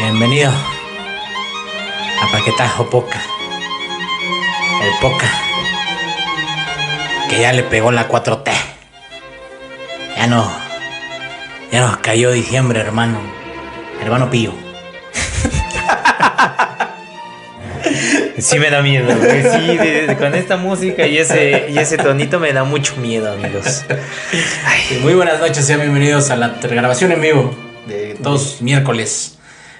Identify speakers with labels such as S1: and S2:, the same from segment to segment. S1: Bienvenido a Paquetajo Poca. El Poca. Que ya le pegó la 4T. Ya no. Ya nos cayó diciembre, hermano. Hermano Pío.
S2: Sí me da miedo, güey. Sí, de- de- con esta música y ese, y ese tonito me da mucho miedo, amigos.
S1: Y Muy buenas noches, sean bienvenidos a la grabación en vivo de todos los miércoles.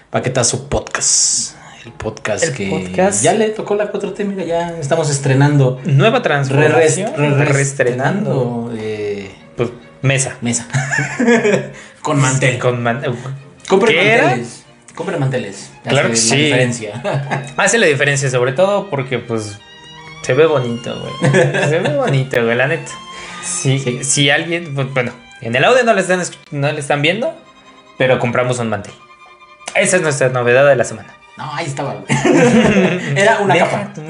S1: Paquetazo Podcast. El podcast
S2: El
S1: que
S2: podcast.
S1: ya le tocó la 4T, mira, ya estamos estrenando. Re-
S2: Nueva
S1: re-
S2: transformación.
S1: re-
S2: Reestrenando.
S1: reestrenando eh,
S2: Pues, mesa.
S1: mesa. Con mantel.
S2: Con man- uh,
S1: Compre
S2: ¿Qué era?
S1: manteles. Compre manteles. Hace
S2: Claro
S1: la
S2: que sí.
S1: diferencia.
S2: Hace la diferencia, sobre todo porque, pues, se ve bonito, güey. Se ve bonito, güey, la neta. Si,
S1: Sí.
S2: si alguien, pues, bueno, en el audio no le están, escu- no le están viendo, pero compramos un mantel. Esa es nuestra novedad de la semana.
S1: No, ahí estaba. güey. Era una
S2: Deja
S1: capa.
S2: tú,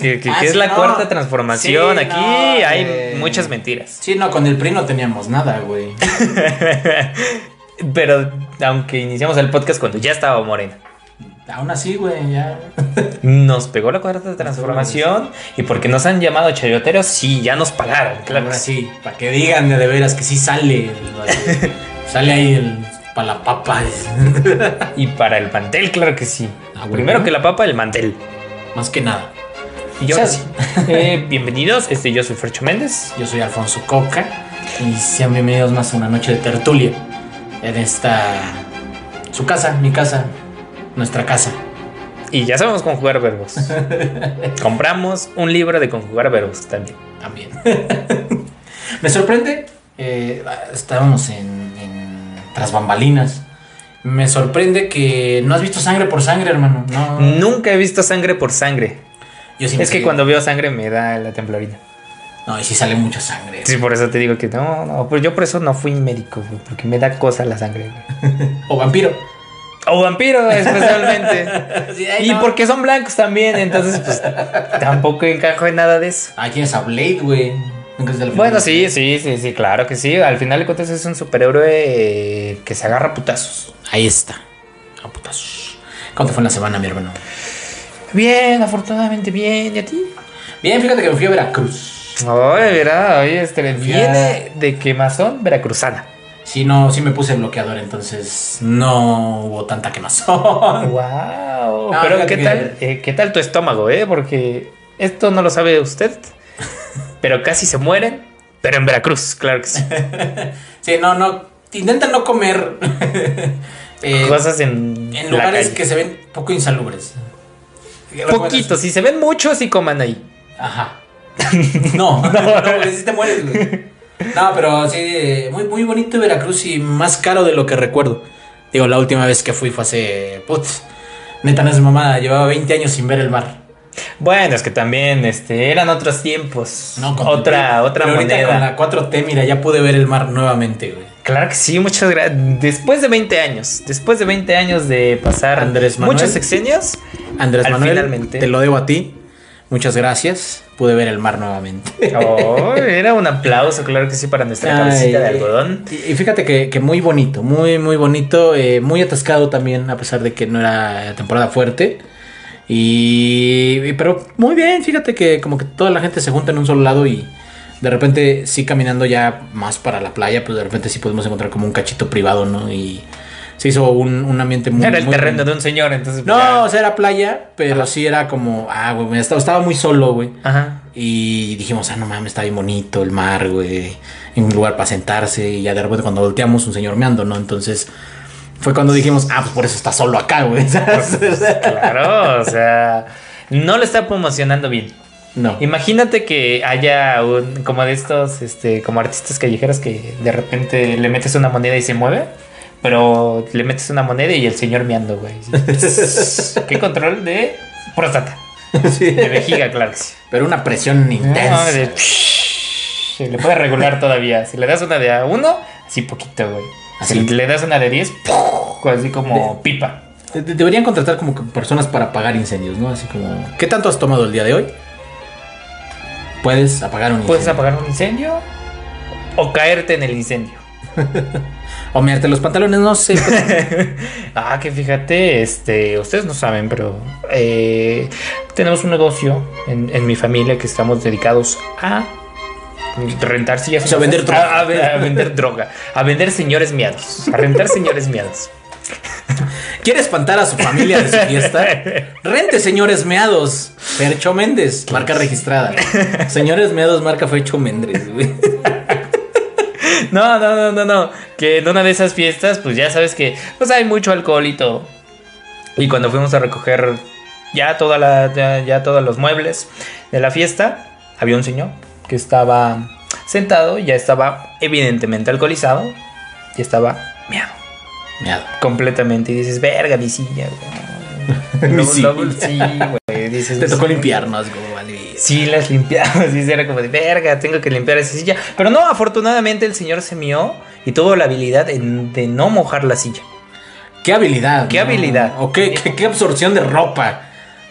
S2: que, que-
S1: Ah,
S2: que es
S1: sí,
S2: la
S1: no.
S2: cuarta transformación.
S1: Sí,
S2: Aquí
S1: no,
S2: hay
S1: eh.
S2: muchas mentiras.
S1: Sí, no, con el PRI no teníamos nada, güey.
S2: Pero aunque iniciamos el podcast cuando ya estaba Morena,
S1: Aún así, güey, ya.
S2: nos pegó la cuarta transformación. Y porque nos han llamado chayoteros, sí, ya nos pagaron. Claro
S1: Ahora
S2: que sí.
S1: sí, para que digan de veras que sí sale. el- sale ahí el para la papa.
S2: Y para el mantel, claro que sí.
S1: Ah, bueno.
S2: Primero que la papa, el mantel.
S1: Más que nada.
S2: Y yo, ahora
S1: Sí.
S2: sí. Eh, bienvenidos, este, yo soy Fercho Méndez.
S1: Yo soy Alfonso Coca y sean bienvenidos más a una noche de tertulia en esta su casa, mi casa, nuestra casa.
S2: Y ya sabemos conjugar verbos. Compramos un libro de conjugar verbos también.
S1: También. Me sorprende. eh, estábamos en, en tras bambalinas. Me sorprende que no has visto sangre por sangre, hermano. No.
S2: Nunca he visto sangre por sangre.
S1: Yo sí me
S2: Es que
S1: quedé-
S2: cuando veo sangre me da la temblorina.
S1: No, y sí sale mucha sangre.
S2: Sí, por eso te digo que no, no, pues yo por eso no fui médico, güey, porque me da cosa la sangre. güey.
S1: O vampiro.
S2: O vampiro, especialmente.
S1: Sí, ay,
S2: y
S1: no.
S2: porque son blancos también, entonces pues tampoco encajo en nada de eso.
S1: Ah, tienes a Blade, güey. Nunca se le-
S2: Bueno, sí, sí, sí, sí, claro que sí. Al final de cuentas es un superhéroe eh, que se agarra a putazos.
S1: Ahí está. Ah, putazos. ¿Cómo te fue en la semana, mi hermano?
S2: Bien, afortunadamente bien. ¿Y a ti?
S1: Bien, fíjate que me fui a Veracruz.
S2: Ay, mira, hoy este
S1: Ya.
S2: viene de quemazón veracruzana.
S1: Sí, no, sí me puse bloqueador, entonces no hubo tanta quemazón.
S2: Wow.
S1: Ah,
S2: pero
S1: fíjate
S2: qué
S1: que-
S2: tal, eh, qué tal tu estómago, ¿eh? Porque esto no lo sabe usted, pero casi se mueren. Pero en Veracruz, claro que sí.
S1: Sí, no, no. Intenta no comer eh,
S2: Cosas en,
S1: en
S2: la
S1: lugares
S2: calle.
S1: que se ven poco insalubres.
S2: Poquito, si se ven muchos, sí coman ahí.
S1: Ajá. No, no, güey, sí te mueres, güey. No, pero sí, muy, muy bonito Veracruz y más caro de lo que recuerdo. Digo, la última vez que fui fue hace. Putz, neta, no es mamada. Llevaba 20 años sin ver el mar.
S2: Bueno, es que también este, eran otros tiempos.
S1: No, con-
S2: otra otra
S1: pero ahorita
S2: moneda.
S1: con la 4T, mira, ya pude ver el mar nuevamente, güey.
S2: Claro que sí, muchas gracias. Después de 20 años, después de 20 años de pasar
S1: Andrés Manuel.
S2: muchos sexenios,
S1: Andrés
S2: Al
S1: Manuel,
S2: finalmente.
S1: te lo debo a ti. Muchas gracias. Pude ver el mar nuevamente.
S2: oh, era un aplauso, claro que sí, para nuestra cabecita de
S1: Ay,
S2: algodón.
S1: Y, y fíjate que, que muy bonito, muy, muy bonito, eh, muy atascado también, a pesar de que no era temporada fuerte. Y, y- pero muy bien, fíjate que como que toda la gente se junta en un solo lado y de repente sí caminando ya más para la playa, pues de repente sí podemos encontrar como un cachito privado, ¿no? Y se hizo un, un ambiente muy...
S2: Era el
S1: muy
S2: terreno
S1: bonito.
S2: de un señor, entonces. pues,
S1: No,
S2: ya.
S1: o sea, era playa, pero sí era como, ah, güey, estaba, estaba muy solo, güey.
S2: Ajá.
S1: Y dijimos, ah, no mames, está bien bonito el mar, güey. En un lugar para sentarse. Y ya de repente cuando volteamos, un señor meando, ¿no? Entonces fue cuando dijimos, ah, pues por eso está solo acá, güey.
S2: Claro, o sea, no lo está promocionando bien.
S1: no.
S2: Imagínate que haya un, como de estos, este, como artistas callejeros que de repente le metes una moneda y se mueve, pero le metes una moneda y el señor meando, güey. Qué control de próstata,
S1: Sí.
S2: de vejiga, claro que sí.
S1: Pero una presión
S2: No,
S1: intensa.
S2: de- se le puede regular todavía. Si le das una de a uno, así poquito, güey. Si
S1: Así.
S2: le das una de 10, así como pipa.
S1: De- de- Deberían contratar como que personas para apagar incendios, ¿no? Así como, ¿qué tanto has tomado el día de hoy? Puedes apagar un incendio.
S2: Puedes apagar un incendio o caerte en el incendio.
S1: o mearte los pantalones, no sé. pero-
S2: Ah, que fíjate, este, ustedes no saben, pero eh, tenemos un negocio en, en mi familia que estamos dedicados a rentar sillas.
S1: O sea, vender
S2: a-
S1: droga.
S2: A, ven- a vender droga. A vender señores miados. A rentar señores miados.
S1: ¿Quiere espantar a su familia de su fiesta? Rente, señores meados. Fercho Méndez, marca registrada. Señores meados, marca Fercho Méndez, güey.
S2: No, no, no, no, no. Que en una de esas fiestas, pues ya sabes que pues hay mucho alcohol y todo. Y cuando fuimos a recoger ya, toda la, ya, ya todos los muebles de la fiesta, había un señor que estaba sentado, ya estaba evidentemente alcoholizado y estaba meado
S1: Meado.
S2: completamente. Y dices, verga, mi silla, güey.
S1: Mi
S2: Luego-
S1: silla.
S2: luego- Sí, güey. Dices,
S1: Te tocó
S2: "Sí".
S1: limpiarnos, güey. vale.
S2: Sí, las limpiamos. Y era como de verga, tengo que limpiar esa silla. Pero no, afortunadamente el señor se mió y tuvo la habilidad de, de no mojar la silla.
S1: Qué habilidad.
S2: Qué habilidad.
S1: O qué, qué- qué absorción de ropa.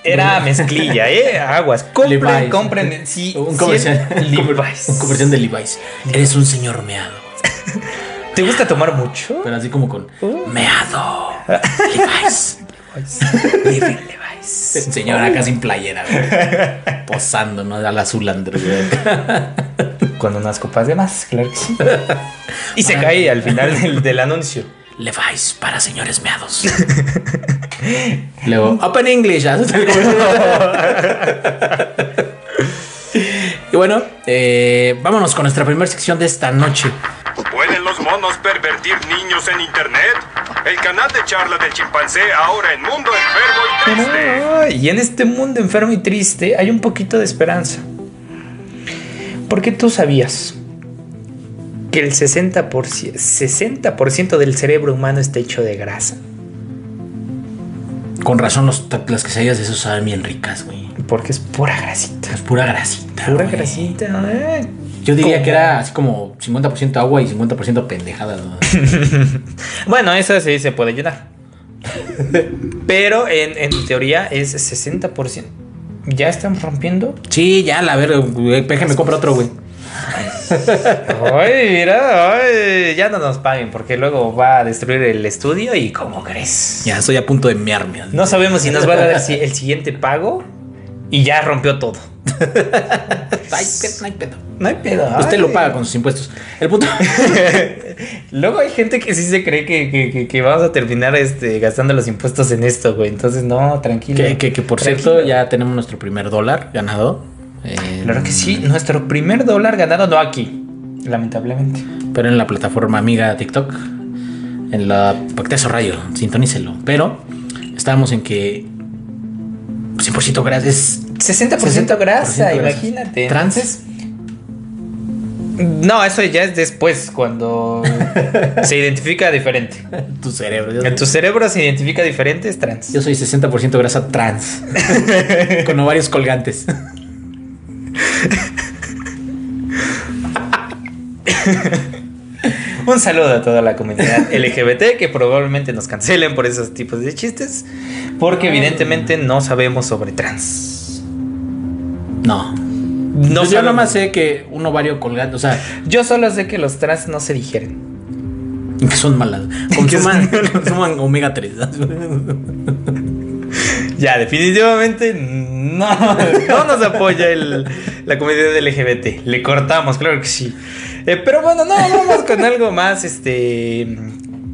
S2: Era mezclilla, ¿eh? Aguas. Compren,
S1: Levi's.
S2: compren. Sí,
S1: Un
S2: sí,
S1: comercial.
S2: Levi's.
S1: Un conversión de Levi's. Eres un señor meado.
S2: ¿Te gusta tomar mucho?
S1: Pero así como con
S2: Uh.
S1: meado. Levi's.
S2: Levi- Levi's.
S1: Señor acá sin playera, güey. Posando, ¿no? Al azul, Andrés.
S2: Con unas copas de más, claro que sí. Y
S1: Ah.
S2: se cae al final del, del anuncio.
S1: Levi's para señores meados. Luego, Open English. ya, hasta el comercial. y bueno, eh, vámonos con nuestra primera sección de esta noche.
S3: ¿Pueden los monos pervertir niños en internet? El canal de charla del chimpancé ahora en Mundo Enfermo y Triste.
S2: Y en este mundo enfermo y triste hay un poquito de esperanza. Porque tú sabías que el 60%, 60 del cerebro humano está hecho de grasa.
S1: Con razón, los, las quesadillas de esos saben bien ricas, güey.
S2: Porque es pura grasita.
S1: Es pura grasita.
S2: Pura
S1: güey.
S2: grasita. ¿eh?
S1: Yo diría
S2: Como-
S1: que era así como 50% agua y 50% pendejadas. ¿no?
S2: Bueno, eso sí se puede ayudar. Pero en, en teoría es 60%. Ya están rompiendo.
S1: sí, ya, la verga. güey, Déjame compra otro, güey.
S2: Ay, mira, ay, ya no nos paguen porque luego va a destruir el estudio y como crees.
S1: Ya estoy a punto de mearme. así.
S2: No sabemos si nos va a dar si- el siguiente pago y ya rompió todo.
S1: Ay, pedo, no hay pedo.
S2: No hay pedo.
S1: Usted
S2: ay.
S1: lo paga con sus impuestos. El punto.
S2: Luego hay gente que sí se cree que, que- que- que vamos a terminar este, gastando los impuestos en esto, güey. Entonces, no, tranquilo.
S1: que, que- que, por
S2: Tranquilo.
S1: cierto, ya tenemos nuestro primer dólar ganado. Eh,
S2: Claro que sí, nuestro primer dólar ganado no aquí, lamentablemente.
S1: Pero en la plataforma amiga TikTok. En la Pacteazo Rayo. Sintonícelo. Pero estábamos en que pues, 100% gracias.
S2: 60%,
S1: 60%
S2: grasa,
S1: grasa.
S2: imagínate.
S1: Trances.
S2: No, eso ya es después, cuando se identifica diferente.
S1: Tu cerebro. ya
S2: En tu cerebro se identifica diferente, es trans.
S1: Yo soy 60% grasa trans. con ovarios colgantes.
S2: Un saludo a toda la comunidad LGBT que probablemente nos cancelen por esos tipos de chistes, porque evidentemente no sabemos sobre trans.
S1: No.
S2: No
S1: Pues yo
S2: sabemos.
S1: nomás sé que un ovario colgante, o sea,
S2: Yo solo sé que los trans no se digieren.
S1: que son malas. Consuman, consuman omega 3.
S2: Ya, definitivamente no, no nos apoya el- la comunidad LGBT. Le cortamos, claro que sí. Eh, pero bueno, no, vamos con algo más, este...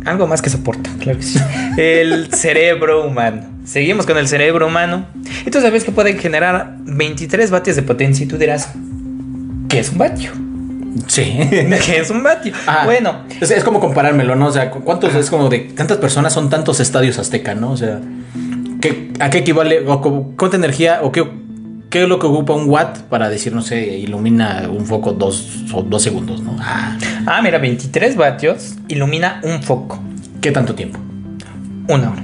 S2: Algo más que soporta, claro que sí. El cerebro humano. Seguimos con el cerebro humano. Y tú sabes que pueden generar 23 vatios de potencia y tú dirás, ¿qué es un vatio?
S1: sí.
S2: ¿Qué es un vatio?
S1: Ah,
S2: Bueno,
S1: Es, es como comparármelo, ¿no? O sea, cu- ¿cuántos es como de tantas personas son tantos estadios azteca, ¿no? O sea, ¿qué, ¿a qué equivale? O, cu- ¿Cuánta energía o qué, qué es lo que ocupa un watt para decir, no sé, ilumina un foco dos, o dos segundos, ¿no? Ah,
S2: ah, mira, 23 vatios ilumina un foco.
S1: ¿Qué tanto tiempo?
S2: Una hora.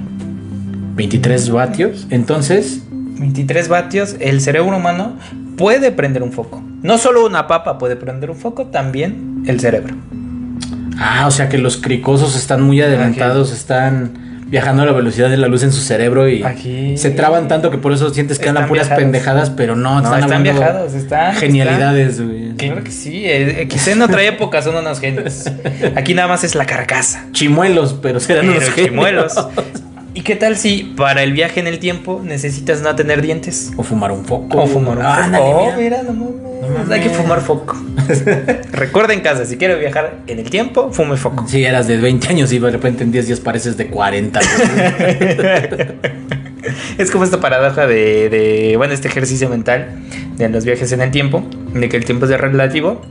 S1: 23 vatios. Entonces,
S2: 23 vatios, el cerebro humano puede prender un foco. No solo una papa puede prender un foco, también el cerebro.
S1: Ah, o sea que los cricosos están muy adelantados, están viajando a la velocidad de la luz en su cerebro y
S2: Aquí.
S1: se traban tanto que por eso sientes que
S2: Están
S1: andan puras
S2: viajados.
S1: pendejadas, pero no,
S2: No, están,
S1: hablando
S2: viajados, Ah, están.
S1: Genialidades, güey.
S2: están- Claro que sí. eh, eh, quizá en otra época son unos genios. Aquí nada más es la carcasa.
S1: Chimuelos, pero serán
S2: Pero
S1: unos genios.
S2: chimuelos. ¿Y qué tal si para el viaje en el tiempo necesitas no tener dientes?
S1: O fumar un foco.
S2: O fumar un
S1: Ah,
S2: foco.
S1: ándale,
S2: Oh,
S1: mira.
S2: mira, no mames.
S1: No mames.
S2: Hay que fumar foco. Recuerda en casa, si quiere viajar en el tiempo, fume foco.
S1: Si eras de 20 años y de repente en 10 días pareces de 40. güey.
S2: Es como esta paradoja de, de, bueno, este ejercicio mental de los viajes en el tiempo, de que el tiempo es relativo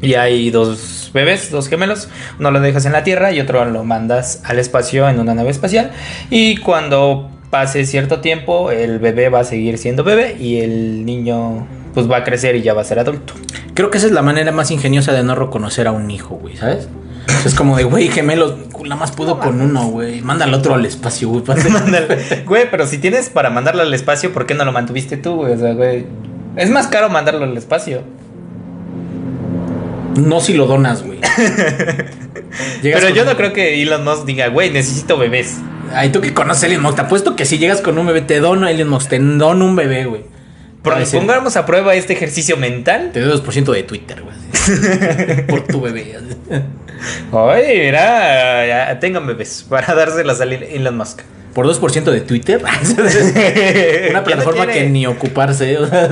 S2: y hay dos bebés, dos gemelos, uno lo dejas en la Tierra y otro lo mandas al espacio en una nave espacial y cuando pase cierto tiempo el bebé va a seguir siendo bebé y el niño pues va a crecer y ya va a ser adulto.
S1: Creo que esa es la manera más ingeniosa de no reconocer a un hijo, güey, ¿sabes? O sea, Es como de, güey, gemelos, nada más pudo con uno, güey. Manda al otro al espacio, güey. pase.
S2: Ándale. Güey, pero si tienes para mandarlo al espacio, ¿por qué no lo mantuviste tú, güey? O sea, güey, es más caro mandarlo al espacio.
S1: No si lo donas, güey. Llegas
S2: Pero
S1: con-
S2: yo no creo que Elon Musk diga, güey, necesito bebés.
S1: Ay, tú que conoces a Elon Musk, te apuesto que si llegas con un bebé, te dono a Elon Musk, te dono un bebé, güey. Va a decir,
S2: Pongamos a prueba este ejercicio mental.
S1: Te doy 2% de Twitter, güey. así. Por tu bebé. así.
S2: Oye, mira, ya, tengan bebés para dárselas a Elon Musk.
S1: Por 2% de Twitter. Una plataforma que ni ocuparse. o sea,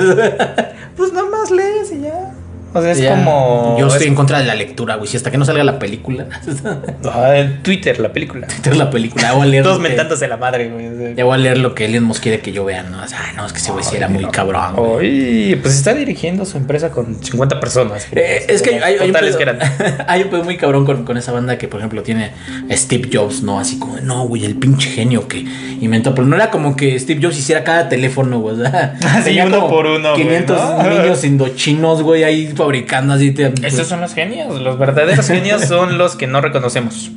S2: Pues nada más lees y ya. O sea, es
S1: ya.
S2: como.
S1: Yo
S2: es-
S1: estoy en contra de la lectura, güey. Si hasta que no salga la película.
S2: Ay, ah, Twitter, la película.
S1: Twitter es la película. Ya voy a leer.
S2: Todos
S1: lo que-
S2: mentándose la madre, güey. O sea,
S1: Ya voy a leer lo que Elon Musk quiere que yo vea, ¿no? O sea, no, es que ese güey sí era muy cabrón. güey.
S2: Oye, pues está dirigiendo su empresa con 50 personas.
S1: Eh, es que hay, hay un
S2: Totales
S1: pedo,
S2: que eran.
S1: hay un pedo muy cabrón con, con esa banda que, por ejemplo, tiene a Steve Jobs, ¿no? Así como, no, güey, el pinche genio que inventó. Pero no era como que Steve Jobs hiciera cada teléfono, güey. o sea,
S2: Así
S1: tenía
S2: uno
S1: como
S2: por uno, güey,
S1: 500
S2: ¿no?
S1: niños indochinos, güey, ahí fabricando así. te-
S2: Esos son los genios. Los verdaderos genios son los que no reconocemos.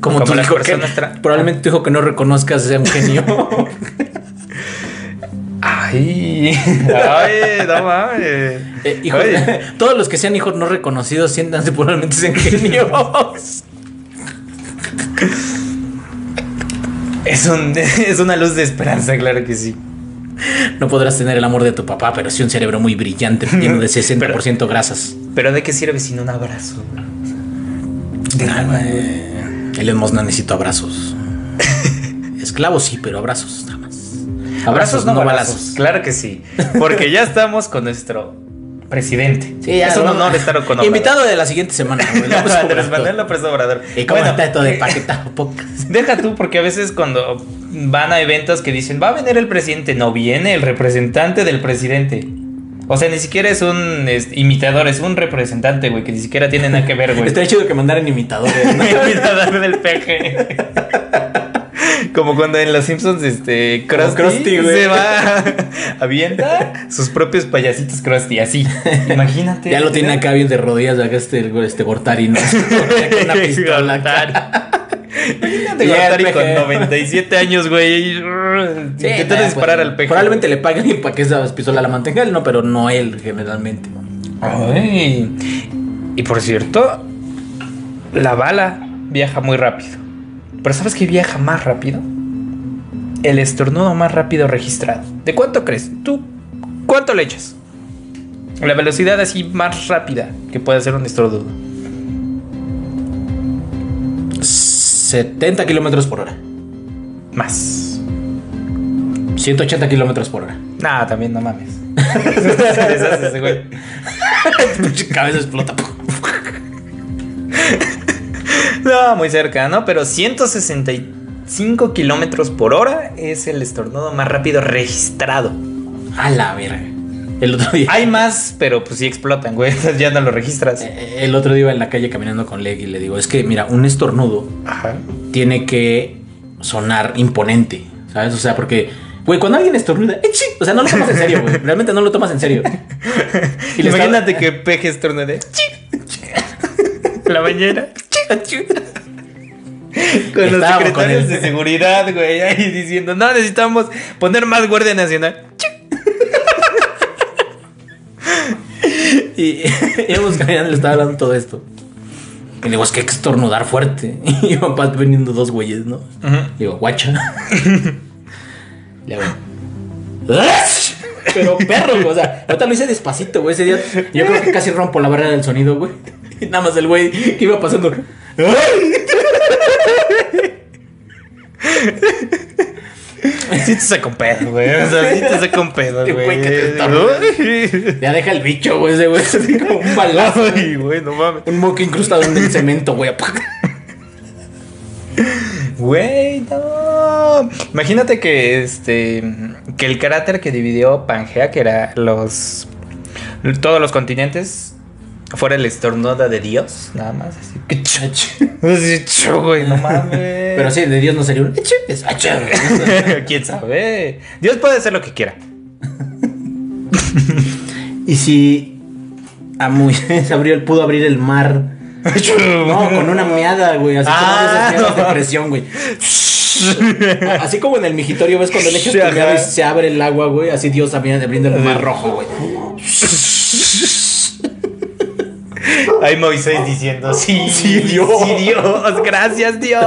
S1: como
S2: como
S1: tu
S2: las
S1: hijo que-
S2: personas tra-
S1: probablemente tu hijo que no reconozcas sea un genio.
S2: Ay, ay, no mames.
S1: Eh, hijo-
S2: Ay.
S1: todos los que sean hijos no reconocidos siéntanse probablemente sean genios.
S2: Es, un, es una luz de esperanza, claro que sí.
S1: No podrás tener el amor de tu papá, pero sí un cerebro muy brillante, lleno de 60% grasas.
S2: Pero ¿de qué sirve sin un abrazo?
S1: Elon Musk no necesito abrazos. Esclavos sí, pero abrazos nada más.
S2: Abrazos no, balazos. Claro que sí. Porque ya estamos con nuestro presidente.
S1: Sí, ya,
S2: es un
S1: vamos.
S2: honor estar con
S1: Invitado de la siguiente semana. güey, la vamos a
S2: Andrés
S1: cobrar
S2: Manuel López Obrador.
S1: todo. ¿Y cómo
S2: Bueno,
S1: está esto de paquetado podcast?
S2: Deja tú, porque a veces cuando van a eventos que dicen, va a venir el presidente, no viene el representante del presidente. O sea, ni siquiera es un es, imitador, es un representante, güey, que ni siquiera tiene nada que ver, güey.
S1: Está hecho de que mandaran imitadores. ¿no?
S2: imitador del peje. Como cuando en Los Simpsons, este,
S1: Como
S2: Krusty,
S1: Krusty, güey. ¿Ah?
S2: se va, avienta sus propios payasitos Krusty, así. Imagínate.
S1: Ya lo tiene acá bien de rodillas, acá este, este Gortari, ¿no? Con una pistola acá.
S2: Imagínate
S1: Y ya el
S2: Gortari con
S1: peje.
S2: 97 años, güey. y, uh,
S1: Sí,
S2: Intentando
S1: nada,
S2: disparar
S1: pues,
S2: al peje.
S1: Probablemente le paguen para que esa pistola la mantenga él, no, pero no él generalmente.
S2: Ay. Y por cierto, la bala viaja muy rápido. Pero ¿sabes qué viaja más rápido? El estornudo más rápido registrado. ¿De cuánto crees? ¿Tú cuánto le echas? La velocidad así más rápida que puede hacer un estornudo.
S1: 70 kilómetros por hora.
S2: Más.
S1: 180 kilómetros por hora.
S2: Nada, también no mames. Se deshace ese güey.
S1: Pinche cabeza explota.
S2: No, muy cerca, ¿no? Pero 165 kilómetros por hora es el estornudo más rápido registrado.
S1: A la verga. El otro día.
S2: Hay más, pero pues sí explotan, güey. Entonces ya no lo registras.
S1: eh, El otro día iba en la calle caminando con Leg y le digo, es que mira, un estornudo
S2: Ajá.
S1: tiene que sonar imponente, ¿sabes? O sea, porque, güey, cuando alguien estornuda, ¡echi! o sea, no lo tomas en serio, güey. Realmente no lo tomas en serio. Y le
S2: Imagínate que peje estornude. La mañana. Con los
S1: Estábamos con
S2: secretarios
S1: él.
S2: de seguridad, güey. Ahí diciendo, no, necesitamos poner más Guardia Nacional.
S1: Y íbamos caminando, le estaba hablando todo esto. Y le digo, es que hay que estornudar fuerte. Y papá veniendo dos güeyes, ¿no? Le digo, guacha. le hago. "Ush". Pero perro, güey, o sea, ahorita lo hice despacito, güey. Ese día yo creo que casi rompo la barrera del sonido, güey. Y nada más el güey que iba pasando.
S2: Sí te sacó un pedo, güey. O sea, sí te sacó un pedo,
S1: Este güey
S2: güey.
S1: que te está-
S2: Uy.
S1: Ya deja el bicho, güey, ese güey. es Así como un balazo.
S2: Ay, güey, no mames.
S1: Un moco incrustado en el cemento, güey.
S2: Güey, no. Imagínate que este. Que el cráter que dividió Pangea, que era los. Todos los continentes. Fuera el estornuda de Dios, nada más. Así. Así, chu, güey, no mames.
S1: Pero sí, de Dios no sería un. Es hacha, güey.
S2: ¿Quién sabe? Dios puede hacer lo que quiera.
S1: Y si a muy- se abrió el, pudo abrir el mar. No, con una meada, güey. Así
S2: Ah.
S1: como esas meadas de presión, güey. Así como en el mijitorio, ¿ves? Cuando le echas tu
S2: Ajá.
S1: meada y se abre el agua, güey. Así Dios también abriendo el mar rojo, güey.
S2: Hay Moisés diciendo, sí,
S1: Sí, Dios.
S2: sí, Dios, gracias, Dios.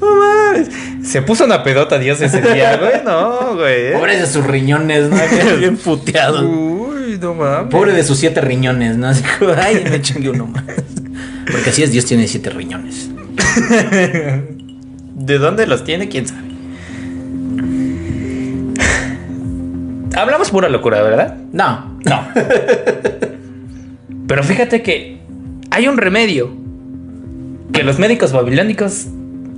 S2: No mames. Se puso una pedota Dios ese día, güey, no, güey. ¿eh?
S1: Pobre de sus riñones, ¿no? Bien puteado.
S2: Uy, no mames.
S1: Pobre de sus siete riñones, ¿no? Así como, ay, me chingué uno más. Porque así es, Dios tiene siete riñones.
S2: ¿De dónde los tiene? ¿Quién sabe? Hablamos pura locura, ¿verdad?
S1: No, no.
S2: Pero fíjate que hay un remedio que los médicos babilónicos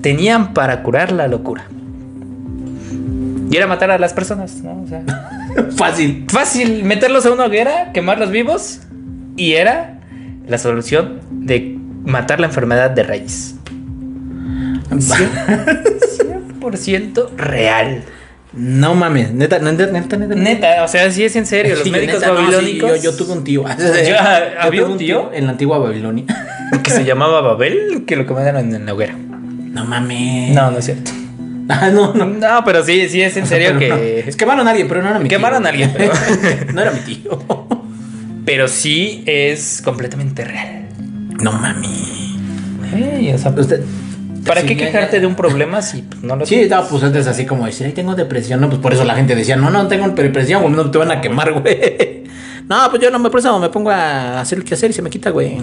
S2: tenían para curar la locura. Y era matar a las personas, ¿no? O sea,
S1: Fácil.
S2: fácil meterlos a una hoguera, quemarlos vivos. Y era la solución de matar la enfermedad de raíz. 100% real.
S1: No mames, neta, neta, neta, neta.
S2: Neta, o sea, sí es en serio. Los
S1: Sí,
S2: médicos
S1: neta, no, sí,
S2: babilónicos.
S1: yo, yo tuve un tío.
S2: Yo- ¿había
S1: tuve
S2: un tío?
S1: en la antigua Babilonia.
S2: que se llamaba Babel, que lo quemaron en la hoguera.
S1: No mames.
S2: No, no es cierto.
S1: Ah, no, no.
S2: No, pero sí, sí es en serio
S1: Pero no.
S2: que.
S1: Es quemaron a alguien, pero no era mi
S2: Quemaron a
S1: tío.
S2: alguien, pero-
S1: no era mi tío.
S2: Pero sí es completamente real.
S1: No mames.
S2: Ey, o sea,
S1: Usted-
S2: ¿Para
S1: sí,
S2: qué
S1: ya,
S2: quejarte
S1: ya.
S2: de un problema si pues, no lo
S1: Sí, no, pues antes así como decir, ay, tengo depresión. No, pues por eso la gente decía, no, no, tengo depresión, güey, no te
S2: Ah,
S1: van a quemar, güey. No, pues yo no me preso, me pongo a hacer lo que hacer y se me quita, güey.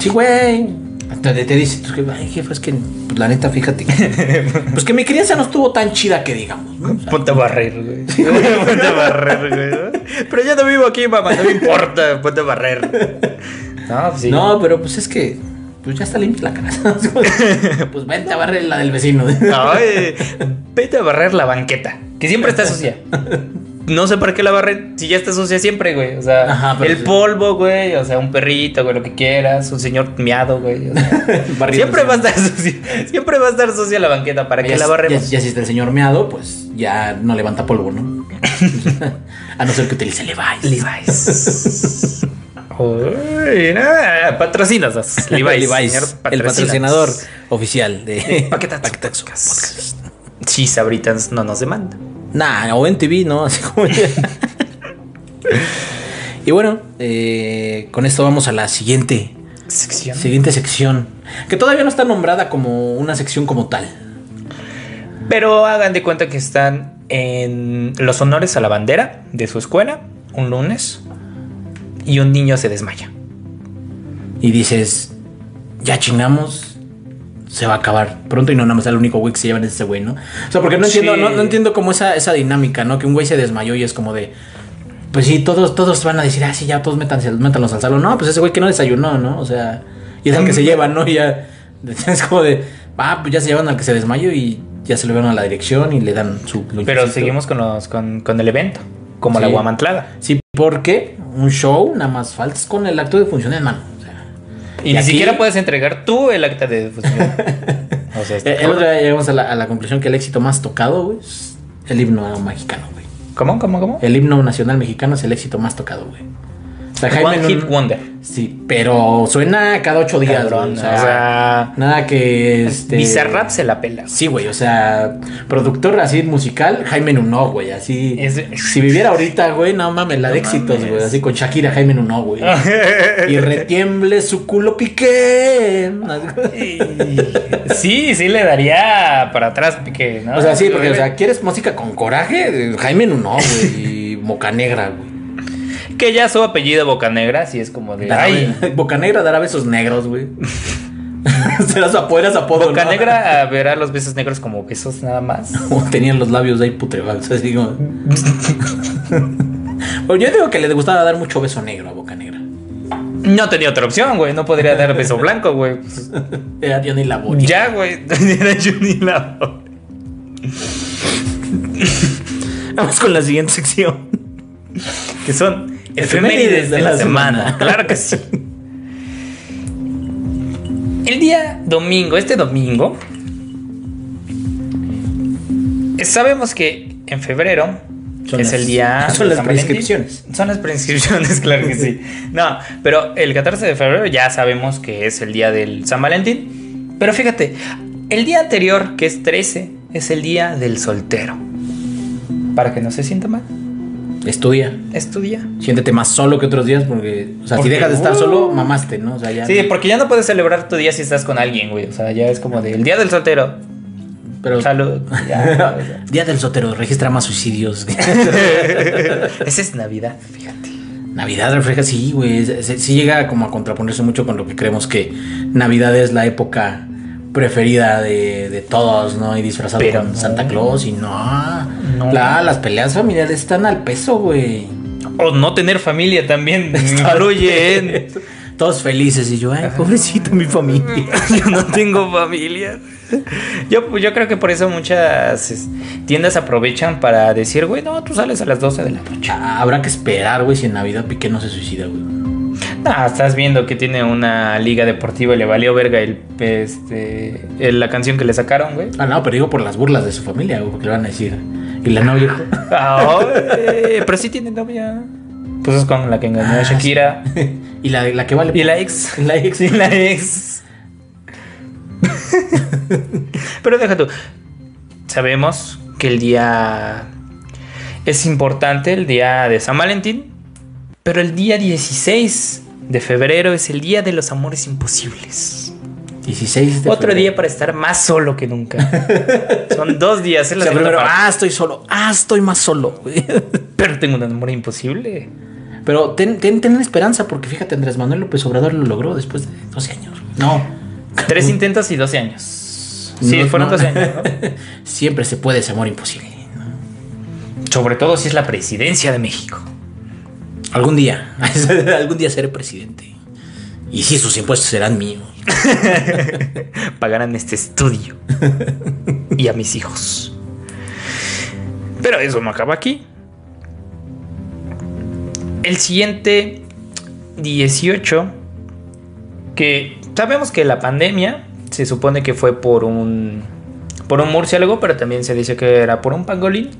S1: Sí, güey. Hasta te, te dice, tu jefe, ay, jefe, es que, pues la neta, fíjate. que- Pues que mi crianza no estuvo tan chida que digamos, ¿no?
S2: Ponte a barrer, güey. Ponte a barrer, güey. Pero yo no vivo aquí, mamá. No me importa. Ponte a barrer. No, pues sí.
S1: No, pero pues es que, pues ya está limpia la casa. pues vente a barrer la del vecino.
S2: Ah. Ay, vete a barrer la banqueta, que siempre está sucia. No sé para qué la barren si ya está sucia siempre, güey. O sea,
S1: Ajá, pero
S2: el
S1: sí.
S2: polvo, güey. O sea, un perrito, güey, lo que quieras. Un señor miado, güey. o sea,
S1: Barriendo
S2: siempre
S1: siempre.
S2: va a estar sucia. Siempre va a estar sucia la banqueta. ¿Para
S1: Ya
S2: qué la
S1: si-
S2: barremos?
S1: Ya, ya si está el señor meado, pues ya no levanta polvo, ¿no? a no ser que utilice Levi's.
S2: Levi's. Uy, nada, patrocinas Levi's.
S1: Levi's,
S2: señor,
S1: el
S2: patrocínanos.
S1: patrocinador oficial de
S2: Paquetaxo Podcast. Sí, Sabritas no nos demanda.
S1: Nah, o en TV, ¿no? Así como ya. Y bueno, eh, con esto vamos a la siguiente,
S2: Sección.
S1: siguiente sección, que todavía no está nombrada como una sección como tal.
S2: Pero hagan de cuenta que están en los honores a la bandera de su escuela un lunes y un niño se desmaya.
S1: Y dices, ya chingamos, se va a acabar pronto y no nada más el único güey que se llevan es ese güey, ¿no? O sea, porque no
S2: Sí.
S1: entiendo, no, no entiendo como esa, esa dinámica, ¿no? Que un güey se desmayó y es como de, pues sí, todos, todos van a decir, ah, sí, ya todos métanse, métanlos al salón. No, pues ese güey que no desayunó, ¿no? O sea, y es el que se lleva, ¿no? Y ya es como de, ah, pues ya se llevan al que se desmayó y ya se lo llevan a la dirección y le dan su...
S2: Pero
S1: lonchecito.
S2: seguimos con, los, con, con el evento, como la
S1: Sí.
S2: guamantlada.
S1: Sí, porque un show nada más faltas con el acto de función en mano. O sea,
S2: Y,
S1: Y
S2: ni
S1: aquí-
S2: siquiera puedes entregar tú el acta de defunción. o sea, está
S1: pues, Eh, El
S2: cabrón.
S1: otro día llegamos a la, a la conclusión que el éxito más tocado, güey, es el himno mexicano, güey.
S2: ¿Cómo, cómo, cómo?
S1: Eh, El himno nacional mexicano es el éxito más tocado, güey. O sea, Jaime
S2: One
S1: en
S2: Hit
S1: un-
S2: Wonder.
S1: Sí, pero suena cada ocho días,
S2: Cabrón,
S1: güey,
S2: o sea,
S1: nada que este.
S2: Bizarrap se la pela.
S1: Sí, güey, o sea, productor así musical, Jaime Nuno, güey, así.
S2: Es-
S1: Si viviera ahorita, güey, no mames, la de
S2: No
S1: éxitos,
S2: mames.
S1: güey, así con Shakira, Jaime Nuno, güey. y retiemble su culo piqué.
S2: Sí, sí le daría para atrás, Piqué, ¿no?
S1: O sea, sí, porque, o sea, ¿quieres música con coraje? Jaime Nuno, güey, y Boca Negra, güey.
S2: Que ya su apellido Bocanegra, sí es como de.
S1: Dará-
S2: Eh, Ay,
S1: Boca Negra dará besos negros, güey. Será su apodo, era su apodo,
S2: Boca
S1: ¿no?
S2: Negra verá los besos negros como besos nada más.
S1: O tenían los labios de ahí putrefactos, así como. Pero yo digo que le gustaba dar mucho beso negro a Boca Negra.
S2: No tenía otra opción, güey. No podría dar beso blanco, güey. Pues,
S1: Era Johnny Labori.
S2: ya, güey. Era Johnny Lavo.
S1: Vamos con la siguiente sección.
S2: Que son
S1: Efemérides
S2: efemérides de la semana. Claro que sí. El día domingo, este domingo, sabemos que en febrero
S1: Son
S2: es
S1: las-
S2: el día.
S1: son
S2: de
S1: las
S2: San Valentín.
S1: prescripciones.
S2: Son las prescripciones, claro que sí. No, pero el 14 de febrero ya sabemos que es el día del San Valentín. Pero fíjate, el día anterior, que es 13, es el día del soltero. Para que no se sienta mal,
S1: Estudia.
S2: es tu día.
S1: Siéntete más solo que otros días porque, o sea,
S2: Porque,
S1: si dejas de estar
S2: uh,
S1: solo, mamaste, ¿no? O sea, ya.
S2: Sí, porque ya no puedes celebrar tu día si estás con alguien, güey. O sea, ya es como del día del soltero.
S1: pero.
S2: Salud. Ya, o sea.
S1: Día del Sotero registra más suicidios.
S2: Esa es Navidad, fíjate.
S1: Navidad refleja, sí, güey. se- se- Sí llega como a contraponerse mucho con lo que creemos que Navidad es la época preferida de, de todos, ¿no? Y disfrazado
S2: Pero
S1: con
S2: no.
S1: Santa Claus y no.
S2: No.
S1: La- las peleas familiares están al peso, güey.
S2: O no tener familia también influye en.
S1: Todos felices y yo, ay, pobrecito mi familia.
S2: yo no tengo familia. Yo, yo creo que por eso muchas es, tiendas aprovechan para decir, güey, no, tú sales a las 12 de la noche.
S1: Ah, Habrá que esperar, güey, si en Navidad Piqué no se suicida, güey.
S2: Ah, estás viendo que tiene una liga deportiva y le valió verga el, este, el- la canción que le sacaron, güey.
S1: Ah, no, pero digo por las burlas de su familia, güey, porque le van a decir. Y la novia.
S2: Ah, eh, pero sí tiene novia. Pues es con la que engañó a Shakira.
S1: y la, la que vale.
S2: Y la ex.
S1: La ex.
S2: Y la ex. Pero deja tú. Sabemos que el día es importante, el día de San Valentín. Pero el día 16 de febrero es el día de los amores imposibles.
S1: 16 de
S2: Otro
S1: febrero.
S2: día para estar más solo que nunca. Son dos días. es
S1: O
S2: la
S1: sea,
S2: segunda
S1: primero,
S2: parte.
S1: ah, estoy solo. Ah, estoy más solo, güey.
S2: pero tengo un amor imposible.
S1: Pero ten, ten, ten esperanza, porque fíjate, Andrés Manuel López Obrador lo logró después de 12 años. güey. No.
S2: Tres intentos y 12 años. Sí,
S1: No,
S2: fueron
S1: no.
S2: 12 años. ¿no?
S1: Siempre se puede ese amor imposible. ¿no?
S2: Sobre todo si es la presidencia de México.
S1: Algún día, algún día seré presidente. Y sí, sus impuestos serán míos.
S2: Pagarán este estudio y a mis hijos. Pero eso no acaba aquí. El siguiente 18, que sabemos que la pandemia se supone que fue por un por un murciélago, pero también se dice que era por un pangolín.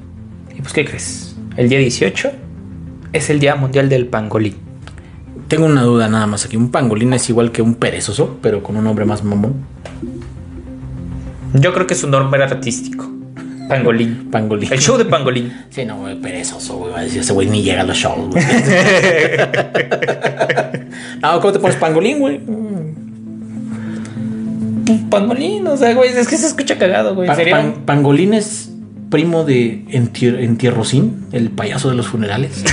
S2: Y pues ¿qué crees? El día 18 es el Día Mundial del Pangolín.
S1: Tengo una duda nada más aquí. Un pangolín es igual que un perezoso, pero con un nombre más mamón.
S2: Yo creo que es un nombre artístico. Pangolín.
S1: Pangolín.
S2: El show de Pangolín.
S1: Sí, no, güey, perezoso, güey. Va a decir, ese güey ni llega a los shows, güey. no, ¿cómo te pones pangolín, güey?
S2: Pangolín, o sea, güey, es que se escucha cagado, güey.
S1: Pa-
S2: Sería
S1: pan-
S2: un-
S1: pangolín es primo de Entier- Entierrocín, el payaso de los funerales.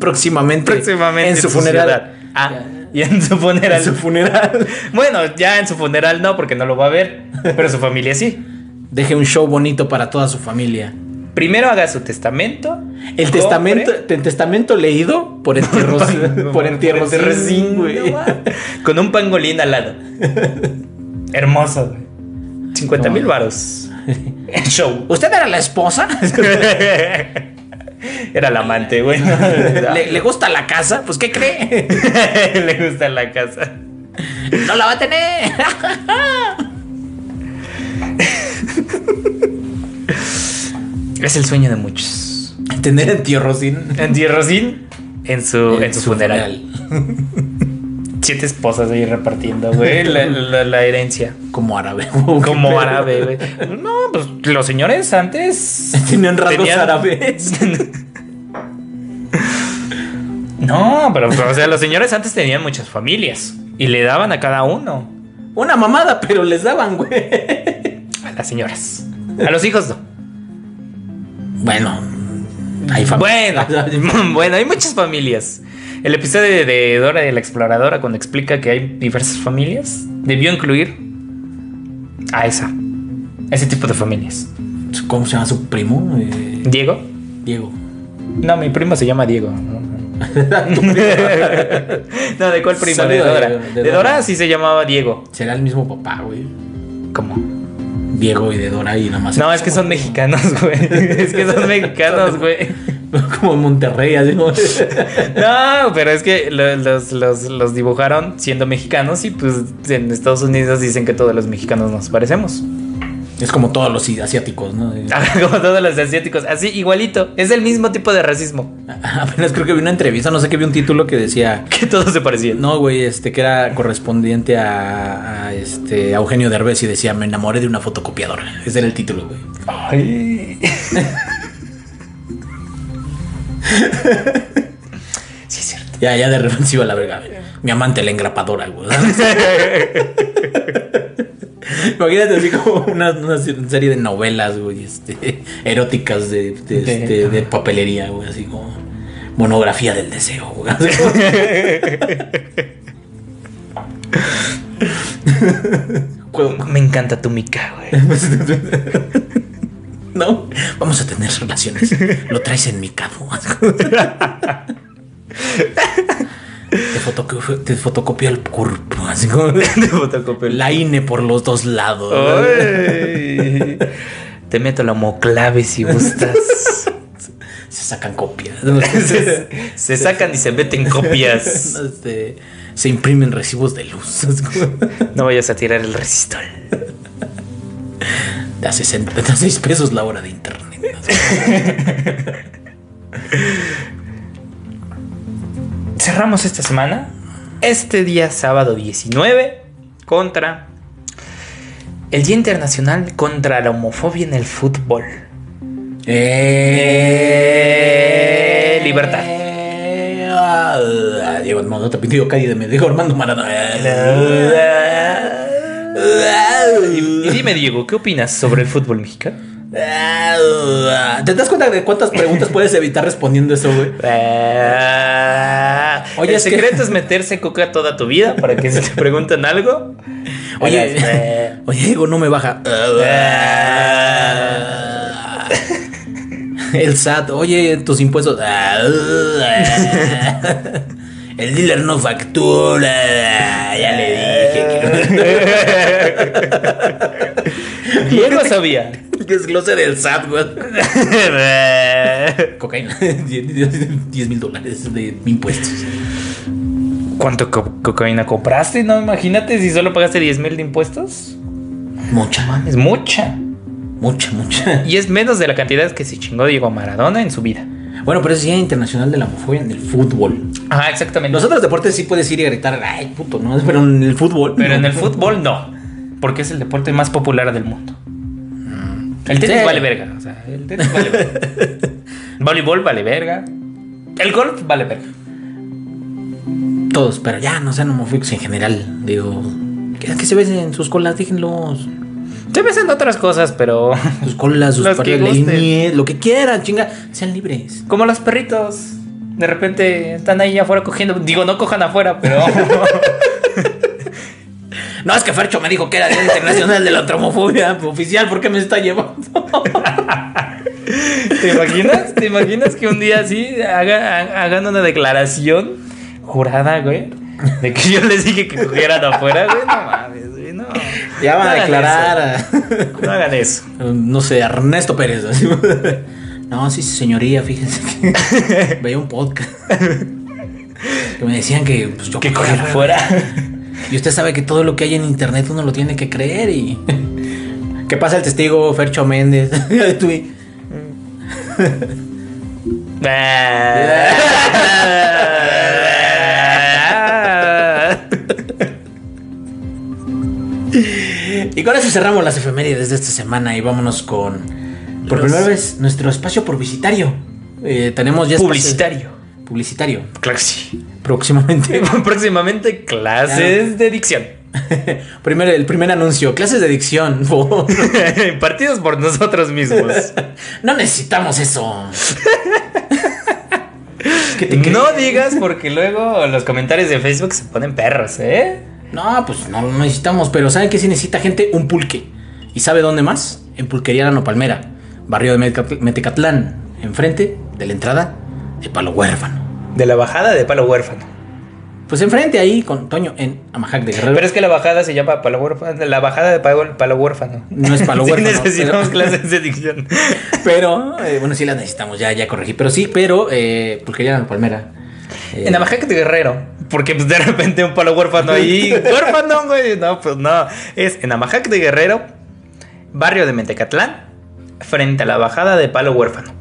S1: Próximamente.
S2: próximamente
S1: En su funeral.
S2: funeral. Ah, y en su funeral.
S1: En su funeral.
S2: Bueno, ya en su funeral no, porque no lo va a ver, pero su familia sí.
S1: Deje un show bonito para toda su familia.
S2: Primero haga su testamento.
S1: El
S2: compre-
S1: testamento, el testamento leído por Entierrocín. por Entierrocín,
S2: no
S1: güey.
S2: va. Con un pangolín al lado. Hermoso, güey. 50 mil
S1: No.
S2: varos. El show.
S1: ¿Usted era la esposa?
S2: Era el amante, güey.
S1: ¿Le, le gusta la casa? Pues, ¿qué cree?
S2: Le gusta la casa.
S1: ¡No la va a tener!
S2: Es el sueño de muchos.
S1: Tener en tío Rosín.
S2: En Tío Rosín, en su, en
S1: en
S2: su funeral. Siete esposas ahí repartiendo, güey, la, la- la herencia.
S1: Como árabe.
S2: Como árabe, güey. No, pues los señores antes.
S1: Tenían rasgos
S2: tenían-
S1: árabes.
S2: No, pero, pero, o sea, los señores antes tenían muchas familias y le daban a cada uno.
S1: Una mamada, pero les daban, güey.
S2: A las señoras. A los hijos no.
S1: Bueno. Hay fam-
S2: Bueno, bueno, hay muchas familias. El episodio de Dora de la Exploradora, cuando explica que hay diversas familias, debió incluir a esa. a Ese tipo de familias.
S1: ¿Cómo se llama su primo? Eh,
S2: ¿Diego?
S1: Diego.
S2: No, mi primo se llama Diego. no, ¿de cuál primo? De
S1: Saluda,
S2: Dora.
S1: Diego, de
S2: De Dora
S1: Dora.
S2: sí se llamaba Diego.
S1: Será el mismo papá, güey.
S2: ¿Cómo?
S1: Diego y de Dora y nada más.
S2: No, es que son mexicanos, güey. Es que son mexicanos, güey.
S1: Como en Monterrey, así como.
S2: No, pero es que lo- los, los- los dibujaron siendo mexicanos y pues en Estados Unidos dicen que todos los mexicanos nos parecemos. Ah,
S1: Es como todos los asiáticos, ¿no? Eh,
S2: Como todos los asiáticos, así igualito. Es el mismo tipo de racismo
S1: Apenas creo que vi una entrevista, no sé qué vi un título que decía.
S2: que todos se parecían.
S1: No, güey, este que era correspondiente a, a, este a Eugenio Derbez y decía, me enamoré de una fotocopiadora. Ese era el título, güey.
S2: Ay. sí, es cierto.
S1: Ya, ya de repente se iba a la verga. güey. Mi amante, la engrapadora, güey. ¿sabes? Imagínate así como una, una serie de novelas, güey, este, eróticas de, de,
S2: De-
S1: este, de papelería, güey, así como monografía del deseo, güey. Así como- Juego-
S2: Me encanta tu mica, güey.
S1: No, vamos a tener relaciones. Lo traes en mi cabo. Te, fotoco- te fotocopio el cuerpo. Así como
S2: Te fotocopio el-
S1: la INE por los dos lados.
S2: Ay. Te meto la moclave si gustas.
S1: Se sacan copias.
S2: se, se sacan y se meten copias.
S1: Este, se imprimen recibos de luz. así como
S2: No vayas a tirar el resistol.
S1: De a 60, de a 6 pesos la hora de internet. así como-
S2: Cerramos esta semana, este día sábado 19, contra el Día Internacional contra la Homofobia en el Fútbol.
S1: Eh,
S2: libertad.
S1: Ah, Diego Armando te pidió calle de me dijo Armando Maradona.
S2: Y dime, Diego, ¿qué opinas sobre el fútbol mexicano?
S1: ¿Te das cuenta de cuántas preguntas puedes evitar respondiendo eso, güey? Oye,
S2: Oye, el
S1: es que-
S2: secreto es meterse coca toda tu vida para que si te preguntan algo.
S1: Oye,
S2: hagas, eh,
S1: oye, Diego, no me baja. El SAT, oye, tus impuestos. El dealer no factura. Ya le dije que
S2: Diego sabía.
S1: Desglose del SAT, güey. Cocaína. 10 mil dólares de impuestos.
S2: ¿Cuánto co- cocaína compraste? No, imagínate si solo pagaste 10 mil de impuestos.
S1: Mucha,
S2: Es mucha.
S1: mucha, mucha.
S2: Y es menos de la cantidad que se chingó Diego Maradona en su vida.
S1: Bueno, pero es Día Internacional de la Homofobia en el fútbol.
S2: Ajá, exactamente.
S1: Los otros deportes sí puedes ir y gritar, ay, puto, ¿no? Pero en el fútbol.
S2: Pero
S1: no.
S2: en el fútbol no. Porque es el deporte más popular del mundo. El
S1: Sí.
S2: tenis vale verga. O sea, el tenis vale verga. Voleibol vale verga. El golf vale verga.
S1: Todos, pero ya no sean homofóbicos en general. Digo, que, que se besen en sus colas, déjenlos.
S2: Se ves en otras cosas, pero.
S1: Sus colas, sus
S2: Las que
S1: pares
S2: gusten.
S1: lo que quieran, chinga. Sean libres.
S2: Como los perritos. De repente están ahí afuera cogiendo. Digo, no cojan afuera, pero.
S1: No, es que Fercho me dijo que era Día Internacional de la Homofobia oficial, ¿por qué me está llevando?
S2: ¿Te imaginas? ¿Te imaginas que un día así haga- ha- hagan una declaración jurada, güey? De que yo les dije que cogieran afuera, güey. No mames, güey, no.
S1: Ya van
S2: No
S1: a
S2: hagan
S1: declarar. a-
S2: eso. No hagan eso.
S1: no sé, Ernesto Pérez. así. No, sí, su señoría, fíjense que veía un podcast. Que me decían que pues, yo
S2: Que
S1: cogía
S2: coger afuera.
S1: Y usted sabe que todo lo que hay en internet uno lo tiene que creer y. ¿Qué pasa el testigo Fercho Méndez? Tú y- Y con eso cerramos las efemérides de esta semana y vámonos con, por
S2: Los-
S1: primera vez, nuestro espacio publicitario. Eh, tenemos ya... espacio-
S2: Publicitario.
S1: Publicitario,
S2: Claro que sí.
S1: próximamente.
S2: Próximamente clases de dicción.
S1: Primero, el primer anuncio, clases de dicción.
S2: Partidos por nosotros mismos.
S1: no necesitamos eso. ¿Qué te crees?
S2: No digas porque luego los comentarios de Facebook se ponen perros, ¿eh?
S1: No, pues no lo necesitamos, pero ¿saben qué sí necesita gente? Un pulque. ¿Y sabe dónde más? En Pulquería La Palmera, barrio de Metecatl- Metecatlán, enfrente de la entrada de Palo Huérfano.
S2: De la bajada de Palo Huérfano.
S1: Pues enfrente ahí con Toño en Amajac de Guerrero.
S2: Pero es que la bajada se llama Palo Huérfano. La bajada de Palo, Palo Huérfano.
S1: No es Palo
S2: Sí
S1: Huérfano,
S2: necesitamos
S1: pero-
S2: clases de dicción.
S1: Pero, eh, bueno, sí las necesitamos, ya, ya corregí. Pero sí, pero eh, Pulquería La Palmera. eh,
S2: En Amajac de Guerrero. Porque pues, de repente un Palo Huérfano ahí. Huérfano, güey. No, pues no. Es en Amajac de Guerrero, barrio de Mentecatlán, frente a la bajada de Palo Huérfano.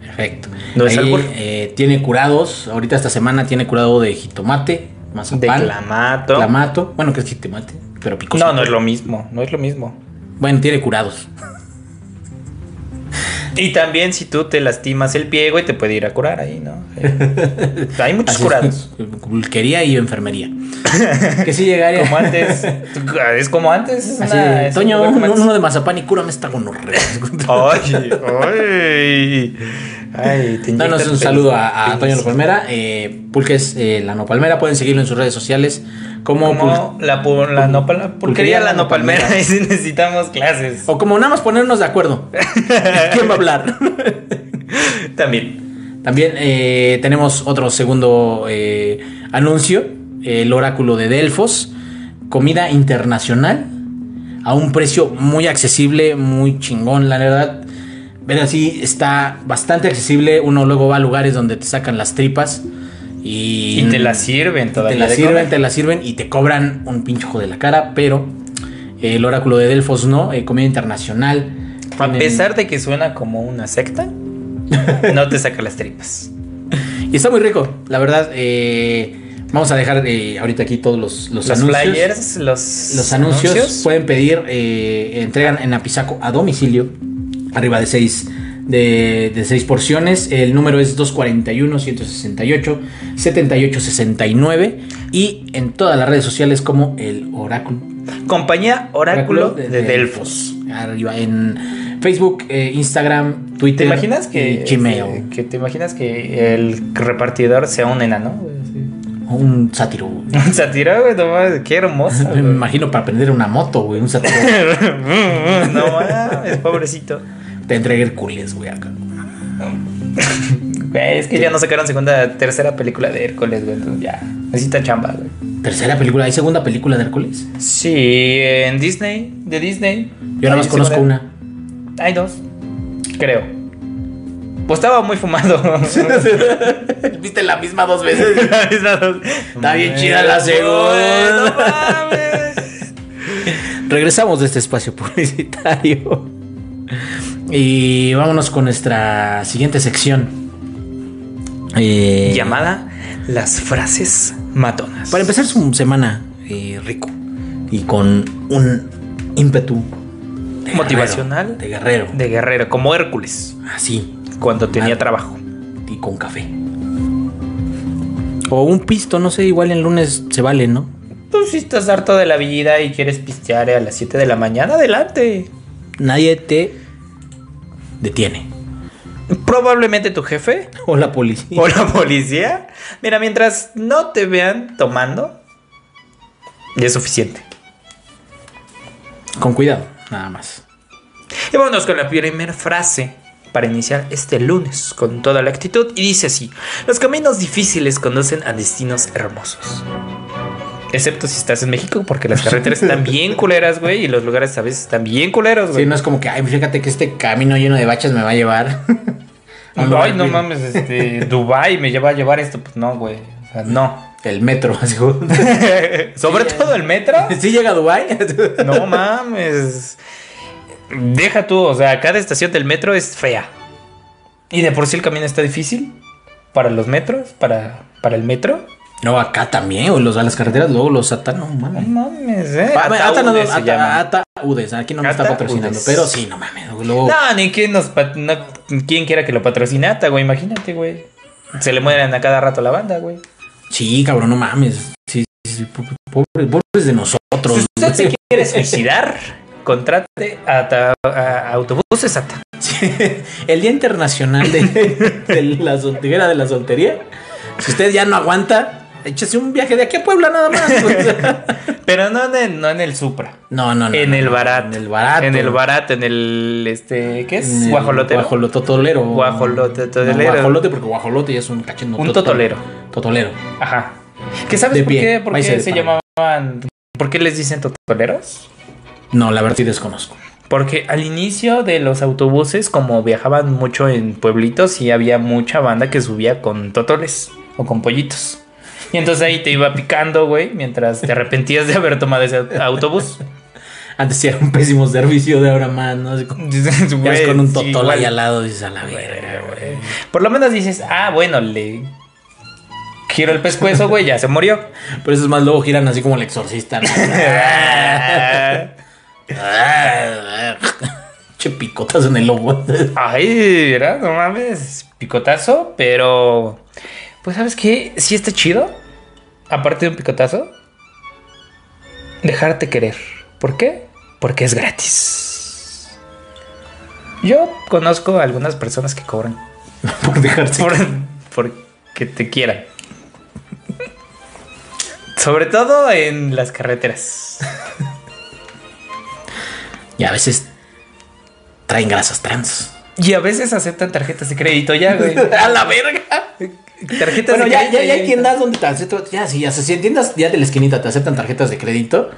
S1: Perfecto.
S2: No es
S1: Ahí,
S2: albur.
S1: eh, tiene curados, ahorita esta semana tiene curado de jitomate,
S2: De
S1: mazapán,
S2: Clamato.
S1: clamato. Bueno, que es jitomate, pero picoso.
S2: No, no es lo mismo. No es lo mismo.
S1: Bueno, tiene curados.
S2: Y también si tú te lastimas el pie, güey, te puede ir a curar ahí, ¿no? Eh, Hay muchos
S1: Así es,
S2: curados.
S1: Pulquería y enfermería. que sí llegaría.
S2: Como antes. Es como antes. es
S1: Así
S2: una-
S1: de,
S2: es
S1: Toño,
S2: un
S1: un-
S2: documento".
S1: uno de mazapán y cúrame esta gonorrea.
S2: Ay, ay. Ay, te
S1: Danos
S2: inyectan
S1: un saludo
S2: penicilina.
S1: a, a Toño La Palmera. Eh, Pulques eh, La No Palmera. Pueden seguirlo en sus redes sociales como, Pul-
S2: Como la, pu- la no pal- pulquería, la no
S1: palmera.
S2: palmera. Y si necesitamos clases.
S1: O como nada más ponernos de acuerdo. ¿Quién va a hablar?
S2: También.
S1: También eh, tenemos otro segundo eh, anuncio, el oráculo de Delfos, comida internacional a un precio muy accesible, muy chingón, la verdad. Pero sí, está bastante accesible, uno luego va a lugares donde te sacan las tripas y,
S2: Y te la sirven
S1: Mm. te
S2: todavía.
S1: la
S2: de
S1: sirven,
S2: comer.
S1: te la sirven y te cobran un pincho de la cara, pero eh, el oráculo de Delfos no, eh, comida internacional.
S2: A
S1: Tienen-
S2: pesar de que suena como una secta, no te saca las tripas.
S1: Y está muy rico, la verdad. eh, vamos a dejar eh, ahorita aquí todos los, los,
S2: Los,
S1: anuncios.
S2: flyers, los,
S1: Los anuncios, pueden pedir, eh, entregan en Apizaco a domicilio, arriba de seis, de, de seis porciones. El número es 241-168-7869 y en todas las redes sociales como el Oráculo.
S2: Compañía Oráculo, de, Delfos.
S1: Arriba en Facebook, eh, Instagram,
S2: ¿Te
S1: Twitter.
S2: imaginas
S1: y
S2: que, este
S1: Gmail.
S2: que te imaginas que el repartidor sea un enano?
S1: Un sátiro.
S2: Un satiro, güey, no mames, qué hermoso.
S1: Me
S2: güey.
S1: imagino para prender una moto, güey. Un satiro. Mm.
S2: no mames, pobrecito.
S1: Te entregué Hércules, güey, acá.
S2: Güey, es que ya no sacaron segunda, tercera película de Hércules, güey, entonces ya. Necesita chamba, güey.
S1: Tercera película, ¿hay segunda película de Hércules?
S2: Sí, en Disney, de Disney.
S1: Yo nada más
S2: Hay
S1: conozco
S2: segunda-
S1: una.
S2: Hay dos, creo. Pues estaba muy fumado.
S1: Viste la misma dos veces.
S2: Está
S1: bien chida la segunda.
S2: No mames.
S1: Regresamos de este espacio publicitario. Y vámonos con nuestra siguiente sección. Eh,
S2: llamada Las frases matonas.
S1: Para empezar su semana eh, rico y con un ímpetu de
S2: Motivacional.
S1: guerrero, de guerrero. Ah,
S2: de guerrero, como Hércules,
S1: Así,
S2: cuando tenía
S1: Ah.
S2: trabajo.
S1: y con café. O un pisto, no sé, igual en lunes se vale, ¿no?
S2: Tú si estás harto de la vida y quieres pistear a las 7 de la mañana, adelante.
S1: Nadie te detiene.
S2: Probablemente tu jefe
S1: O la policía.
S2: o la policía. Mira, mientras no te vean tomando, ya es suficiente.
S1: Con cuidado, nada más.
S2: Y vámonos con la primera frase para iniciar este lunes con toda la actitud. Y dice así, los caminos difíciles conducen a destinos hermosos. Excepto si estás en México, porque las carreteras están bien culeras, güey, y los lugares a veces están bien culeros,
S1: Sí,
S2: güey.
S1: no es como que, ay, fíjate que este camino lleno de baches me va a llevar. a un lugar
S2: Ay, no
S1: bien-
S2: mames, este, Dubai me lleva a llevar esto, pues no, güey. O sea, no.
S1: El metro. así como-
S2: Sobre todo el metro.
S1: ¿Sí llega a Dubai?
S2: No mames. Deja tú, o sea, cada estación del metro es fea. Y de por sí el camino está difícil para los metros, para, para el metro.
S1: No, acá también, o los, a las carreteras luego los atan, no
S2: No
S1: mames.
S2: mames, eh.
S1: Pa- Ataúdes
S2: Ataúdes se
S1: ata-
S2: llama.
S1: ataúdes, aquí no me está
S2: Ataúdes.
S1: patrocinando, pero sí, no mames. Luego,
S2: No, ni quien nos pat- no, quien quiera que lo patrocinata, güey, imagínate, güey. Se le mueren a cada rato la banda, güey.
S1: Sí, cabrón, no mames. Sí, sí, sí, po- po- pobres, pobres de
S2: Si
S1: nosotros.
S2: usted se
S1: güey.
S2: quiere suicidar, contrate a, ta- a- a autobuses ATA.
S1: Sí, El Día Internacional de, de la Soltera de la Soltería. Si usted ya no aguanta, échese un viaje de aquí a Puebla nada más. güey.
S2: Pero no en el, no en el Supra.
S1: No, no, no.
S2: Ah, en
S1: no,
S2: el
S1: no,
S2: barato.
S1: En el barato.
S2: En el barato, en el este, ¿qué
S1: En
S2: es?
S1: el
S2: Guajolotero.
S1: Guajolototolero.
S2: Guajolote totolero.
S1: No, guajolote, porque guajolote ya es un cachendo.
S2: Un totolero.
S1: Totolero.
S2: Ajá. ¿Qué sabes
S1: De
S2: por
S1: pie,
S2: qué, por
S1: ahí
S2: qué
S1: se
S2: se,
S1: depara.
S2: llamaban? ¿Por qué les dicen totoleros?
S1: No, la verdad sí desconozco.
S2: Porque al inicio de los autobuses, como viajaban mucho en pueblitos, y había mucha banda que subía con totoles o con pollitos. Y entonces ahí te iba picando, güey, mientras te arrepentías de haber tomado ese autobús.
S1: Antes sí era un pésimo servicio, de ahora más, ¿no? Así como-
S2: Dices,
S1: ya ves
S2: güey,
S1: con un
S2: sí,
S1: totol
S2: igual.
S1: ahí al lado, dices a la verga,
S2: Verga,
S1: güey.
S2: güey. Por lo menos dices, ah, bueno, le giro el pescuezo, güey, ya se murió.
S1: Pero eso es más, luego giran así como el exorcista. ¿no? che picotas en el lobo.
S2: Ay, ¿verdad? No mames, picotazo, pero... Pues sabes qué, sí está chido, aparte de un picotazo, dejarte querer. ¿Por qué? Porque es gratis. Yo conozco a algunas personas que cobran
S1: Por dejarse.
S2: por, por que te quieran. Sobre todo en las carreteras.
S1: Y a veces traen grasas trans.
S2: Y a veces aceptan tarjetas de crédito ya, güey.
S1: ¡A la verga!
S2: Tarjetas
S1: Bueno,
S2: de
S1: ya,
S2: crédito.
S1: ya, ya hay tiendas donde te aceptan. Ya, sí, ya, si en tiendas ya de la esquinita te aceptan tarjetas de crédito.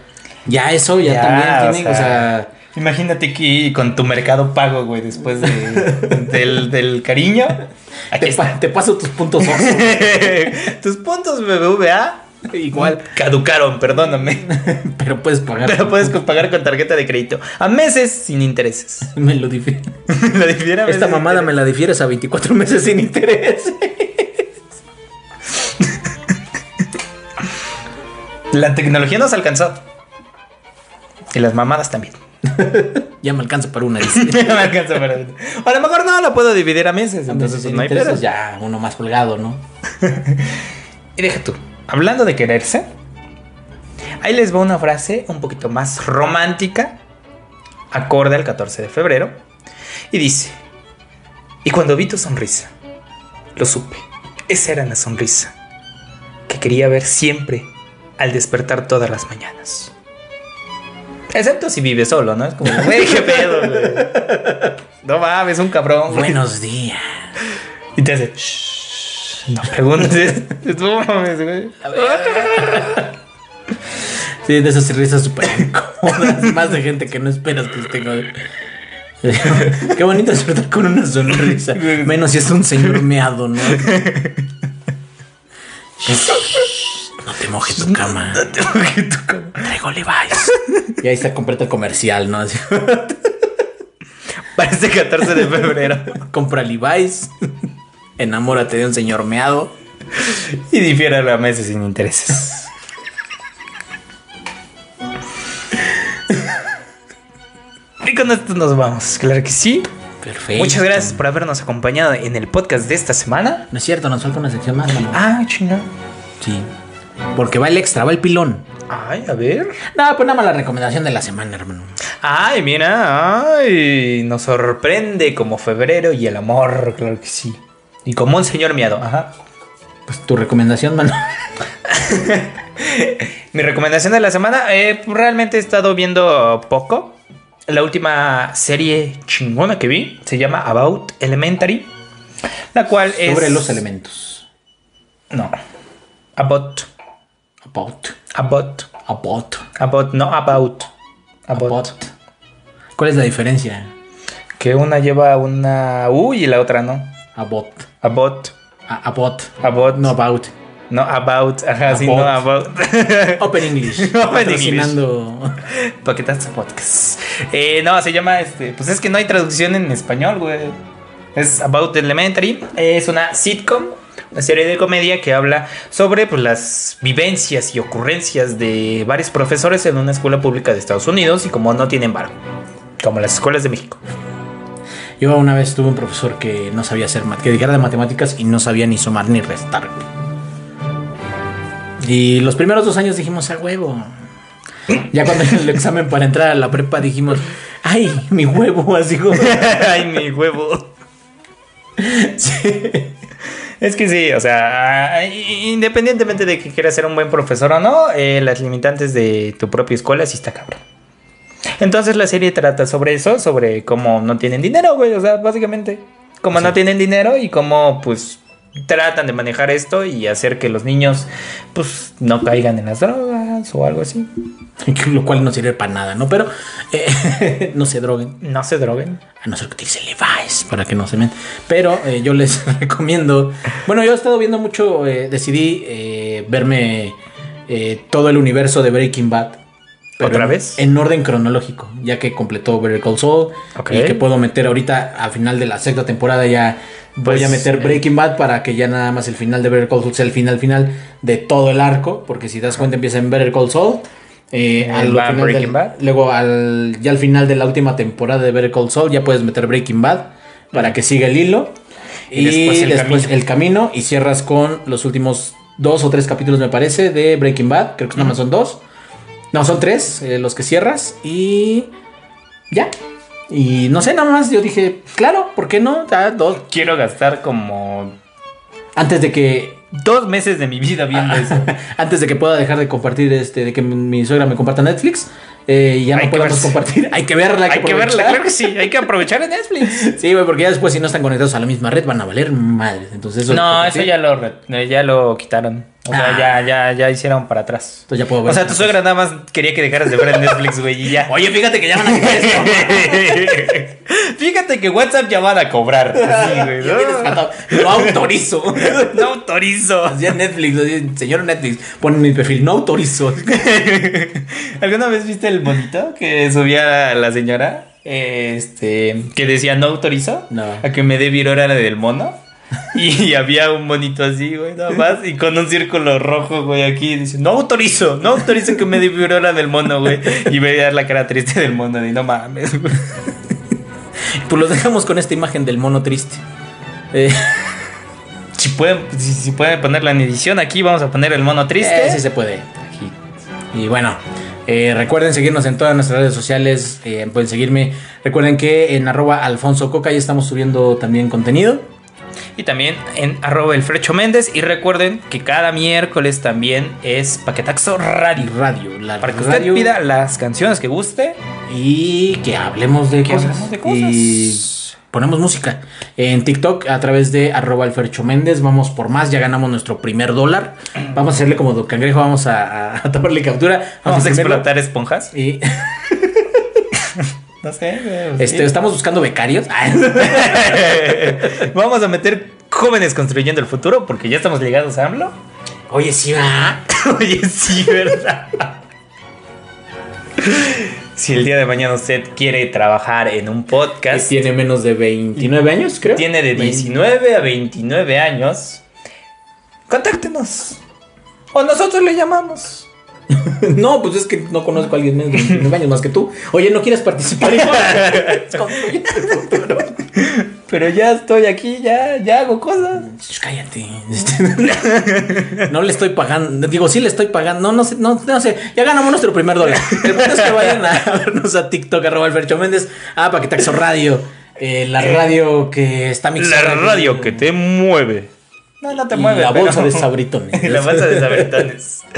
S1: Ya eso, ya,
S2: Ya,
S1: también tienen,
S2: o
S1: o
S2: sea,
S1: sea
S2: Imagínate que con tu mercado pago, güey, después de- del, del cariño. Aquí
S1: te,
S2: está.
S1: pa- te paso tus puntos Oxxo.
S2: Tus puntos BBVA
S1: Igual.
S2: caducaron, perdóname.
S1: Pero puedes pagar.
S2: Pero puedes pagar con tarjeta de crédito. A meses sin intereses.
S1: Me lo difiere.
S2: Lo difiera a
S1: Esta
S2: meses
S1: mamada me la difieres a 24 meses sin interés.
S2: La tecnología nos alcanzó. Y las mamadas también.
S1: ya me alcanza para una. dice.
S2: Me alcanzó para- O a lo mejor no la puedo dividir a meses.
S1: Entonces,
S2: Entonces pues, no hay
S1: intereses,
S2: pedo.
S1: ya uno más colgado, ¿no?
S2: Y deja tú. Hablando de quererse. Ahí les va una frase un poquito más romántica. Acorde al 14 de febrero. Y dice. Y cuando vi tu sonrisa. Lo supe. Esa era la sonrisa. Que quería ver siempre. Al despertar todas las mañanas. Excepto si vive solo, ¿no? Es como, güey, qué pedo, güey. No mames, un cabrón. güey.
S1: Buenos días.
S2: Y te hace. "Shh, No preguntes. No mames, güey.
S1: Sí, de esas risas súper incómodas. más de gente que no esperas que estén. Qué bonito despertar con una sonrisa. Menos si es un señor meado, ¿no? Shh, no te moje tu cama. Traigo Levi's. Y ahí está completo el comercial, ¿no? Así,
S2: Para este 14 de febrero.
S1: Compra Levi's. Enamórate de un señor meado.
S2: Y difiere a meses sin intereses. Y con esto nos vamos, claro que sí.
S1: Perfecto.
S2: Muchas gracias por habernos acompañado en el podcast de esta semana.
S1: No es cierto, nos falta una sección más. Manu.
S2: Ah, chinga.
S1: Sí. Porque va el extra, va el pilón.
S2: Ay, a ver.
S1: No, pues nada más la recomendación de la semana, hermano.
S2: Ay, mira, ay, nos sorprende como febrero y el amor, claro que sí. Y como un señor miado, ajá.
S1: Pues tu recomendación, mano.
S2: Mi recomendación de la semana, eh, realmente he estado viendo poco. La última serie chingona que vi se llama About Elementary, la cual es...
S1: Sobre los elementos.
S2: No, About,
S1: About.
S2: About,
S1: About.
S2: About, no About. About.
S1: About. ¿Cuál es la diferencia?
S2: Que una lleva una U y la otra no.
S1: About.
S2: About,
S1: A- about.
S2: About,
S1: No about.
S2: no About, ajá, sí, no
S1: About.
S2: About.
S1: Open English.
S2: Open
S1: Patrocinando.
S2: Paquetazo Podcast. Eh, no, se llama este. Pues es que no hay traducción en español, güey. Es About Elementary. Es una sitcom, una serie de comedia que habla sobre pues, las vivencias y ocurrencias de varios profesores en una escuela pública de Estados Unidos y como no tienen varo. Como las escuelas de México.
S1: Yo una vez tuve un profesor que no sabía hacer mat que dijera de matemáticas y no sabía ni sumar ni restar. Y los primeros dos años dijimos a huevo. Ya cuando en el examen para entrar a la prepa dijimos, ay, mi huevo, así como.
S2: Ay, mi huevo. Sí. Es que sí, o sea, independientemente de que quieras ser un buen profesor o no, eh, las limitantes de tu propia escuela sí está cabrón. Entonces la serie trata sobre eso, sobre cómo no tienen dinero, güey, o sea, básicamente. Cómo
S1: Sí.
S2: no tienen dinero y cómo, pues, tratan de manejar esto y hacer que los niños, pues, no caigan en las drogas o algo así.
S1: Lo cual no sirve para nada, ¿no? Pero eh, no se droguen.
S2: No se droguen.
S1: A no ser que utilicen Levi's para que no se men. Pero eh, yo les recomiendo. Bueno, yo he estado viendo mucho. eh, decidí eh, verme eh, todo el universo de Breaking Bad. pero
S2: ¿Otra
S1: en-
S2: vez?
S1: En orden cronológico, ya que completó Better Call Saul.
S2: Ok.
S1: Y que puedo meter ahorita, al final de la sexta temporada, ya voy
S2: Pues,
S1: a meter
S2: eh,
S1: Breaking Bad para que ya nada más el final de Better Call Saul sea el final final de todo el arco. Porque si te das cuenta, empieza en Better Call Saul. eh,
S2: Eh,
S1: al
S2: va
S1: final del-
S2: Breaking Bad.
S1: Luego, al, ya al final de la última temporada de Better Call Saul, ya puedes meter Breaking Bad para que siga el hilo. Y,
S2: Y después
S1: después,
S2: el camino.
S1: el camino. Y cierras con los últimos dos o tres capítulos, me parece, de Breaking Bad. Creo que nada más son dos. No, son tres eh, los que cierras. Y ya. Y no sé, nada más yo dije, claro, ¿por qué no? Ya, dos.
S2: Quiero gastar como
S1: Antes de que
S2: dos meses de mi vida viendo eso.
S1: Antes de que pueda dejar de compartir, este, de que mi- mi suegra me comparta Netflix, eh, y ya
S2: Hay
S1: no
S2: que
S1: podemos
S2: verse.
S1: compartir. Hay que verla,
S2: Hay que verla,
S1: aprovechar.
S2: claro que sí. Hay que aprovechar en Netflix.
S1: Sí, güey, porque ya después si no están conectados a la misma red van a valer mal. Entonces eso
S2: No,
S1: compartir.
S2: eso ya lo, re- eh, ya lo quitaron. O sea,
S1: Ah.
S2: ya, ya, ya hicieron para atrás.
S1: Entonces ya puedo ver.
S2: O sea, tu suegra nada más quería que dejaras de ver en Netflix, güey, y ya.
S1: Oye, fíjate que ya van a quitar esto.
S2: Fíjate que WhatsApp ya van a cobrar. Así, güey,
S1: Yo bien
S2: ¿no?
S1: descartado. Lo autorizo.
S2: No autorizo.
S1: Ya Netflix, así, señor Netflix, pon en mi perfil, no autorizo.
S2: ¿Alguna vez viste el monito que subía la señora? Este, que decía no autorizo
S1: No.
S2: a que me dé virora la del mono. Y había un monito así, güey, nada más. Y con un círculo rojo, güey, aquí. Dice, no autorizo, no autorizo que me dé virora del mono, güey. Y veía la cara triste del mono. Y no mames, güey.
S1: Pues los dejamos con esta imagen del mono triste. Eh,
S2: Si pueden, si, si pueden ponerla en edición aquí, vamos a poner el mono triste.
S1: Eh, sí se puede. Aquí. Y bueno, eh, recuerden seguirnos en todas nuestras redes sociales. eh, pueden seguirme. Recuerden que en arroba alfonso coca ya estamos subiendo también contenido.
S2: Y también en arroba el Frecho Méndez. Y recuerden que cada miércoles también es Paquetaxo
S1: Y
S2: Radio.
S1: radio, la
S2: Para que usted
S1: radio.
S2: pida las canciones que guste.
S1: Y que hablemos de
S2: Que
S1: cosas.
S2: hablemos de cosas.
S1: Y ponemos música. En TikTok a través de arroba alfercho Méndez. Vamos por más. Ya ganamos nuestro primer dólar. Vamos a hacerle como Don Cangrejo. Vamos a, a- a tomarle captura.
S2: Vamos a
S1: imprimirlo.
S2: explotar esponjas.
S1: Y
S2: No sé.
S1: este, estamos buscando becarios.
S2: Vamos a meter jóvenes construyendo el futuro porque ya estamos ligados a AMLO.
S1: Oye, sí va.
S2: Oye, sí, ¿verdad? si el día de mañana usted quiere trabajar en un
S1: que
S2: podcast,
S1: tiene menos de 29 años, creo.
S2: tiene de 19 a 29 años, contáctenos. O nosotros le llamamos.
S1: No, pues es que no conozco a alguien menos de 29 años más que tú. Oye, ¿no quieres participar?
S2: Pero ya estoy aquí, ya, ya hago cosas.
S1: Shh, Pues Cállate. No le estoy pagando. Digo, sí le estoy pagando. No, no sé, no, no sé. Ya ganamos nuestro primer dólar. El punto es que vayan a vernos a TikTok, arroba Alberto Méndez, Ah, a Paquetaxo Radio. eh, la radio que está
S2: La
S1: mixada.
S2: radio que te mueve. eh, No, no te
S1: Y
S2: mueve.
S1: la
S2: pero-
S1: bolsa de sabritones.
S2: la bolsa de sabritones.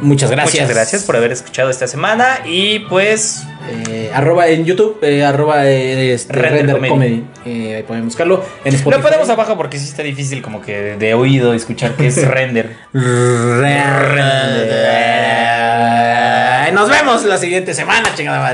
S1: Muchas gracias.
S2: Muchas gracias por haber escuchado esta semana y pues
S1: Eh, arroba en YouTube, eh, arroba eh, este,
S2: Render
S1: Render,
S2: Comedy.
S1: Comedy. Eh, ahí pueden buscarlo. En Spotify.
S2: lo ponemos abajo porque sí está difícil como que de, de oído escuchar que es render.
S1: Render. Nos vemos la siguiente semana, chingada madre.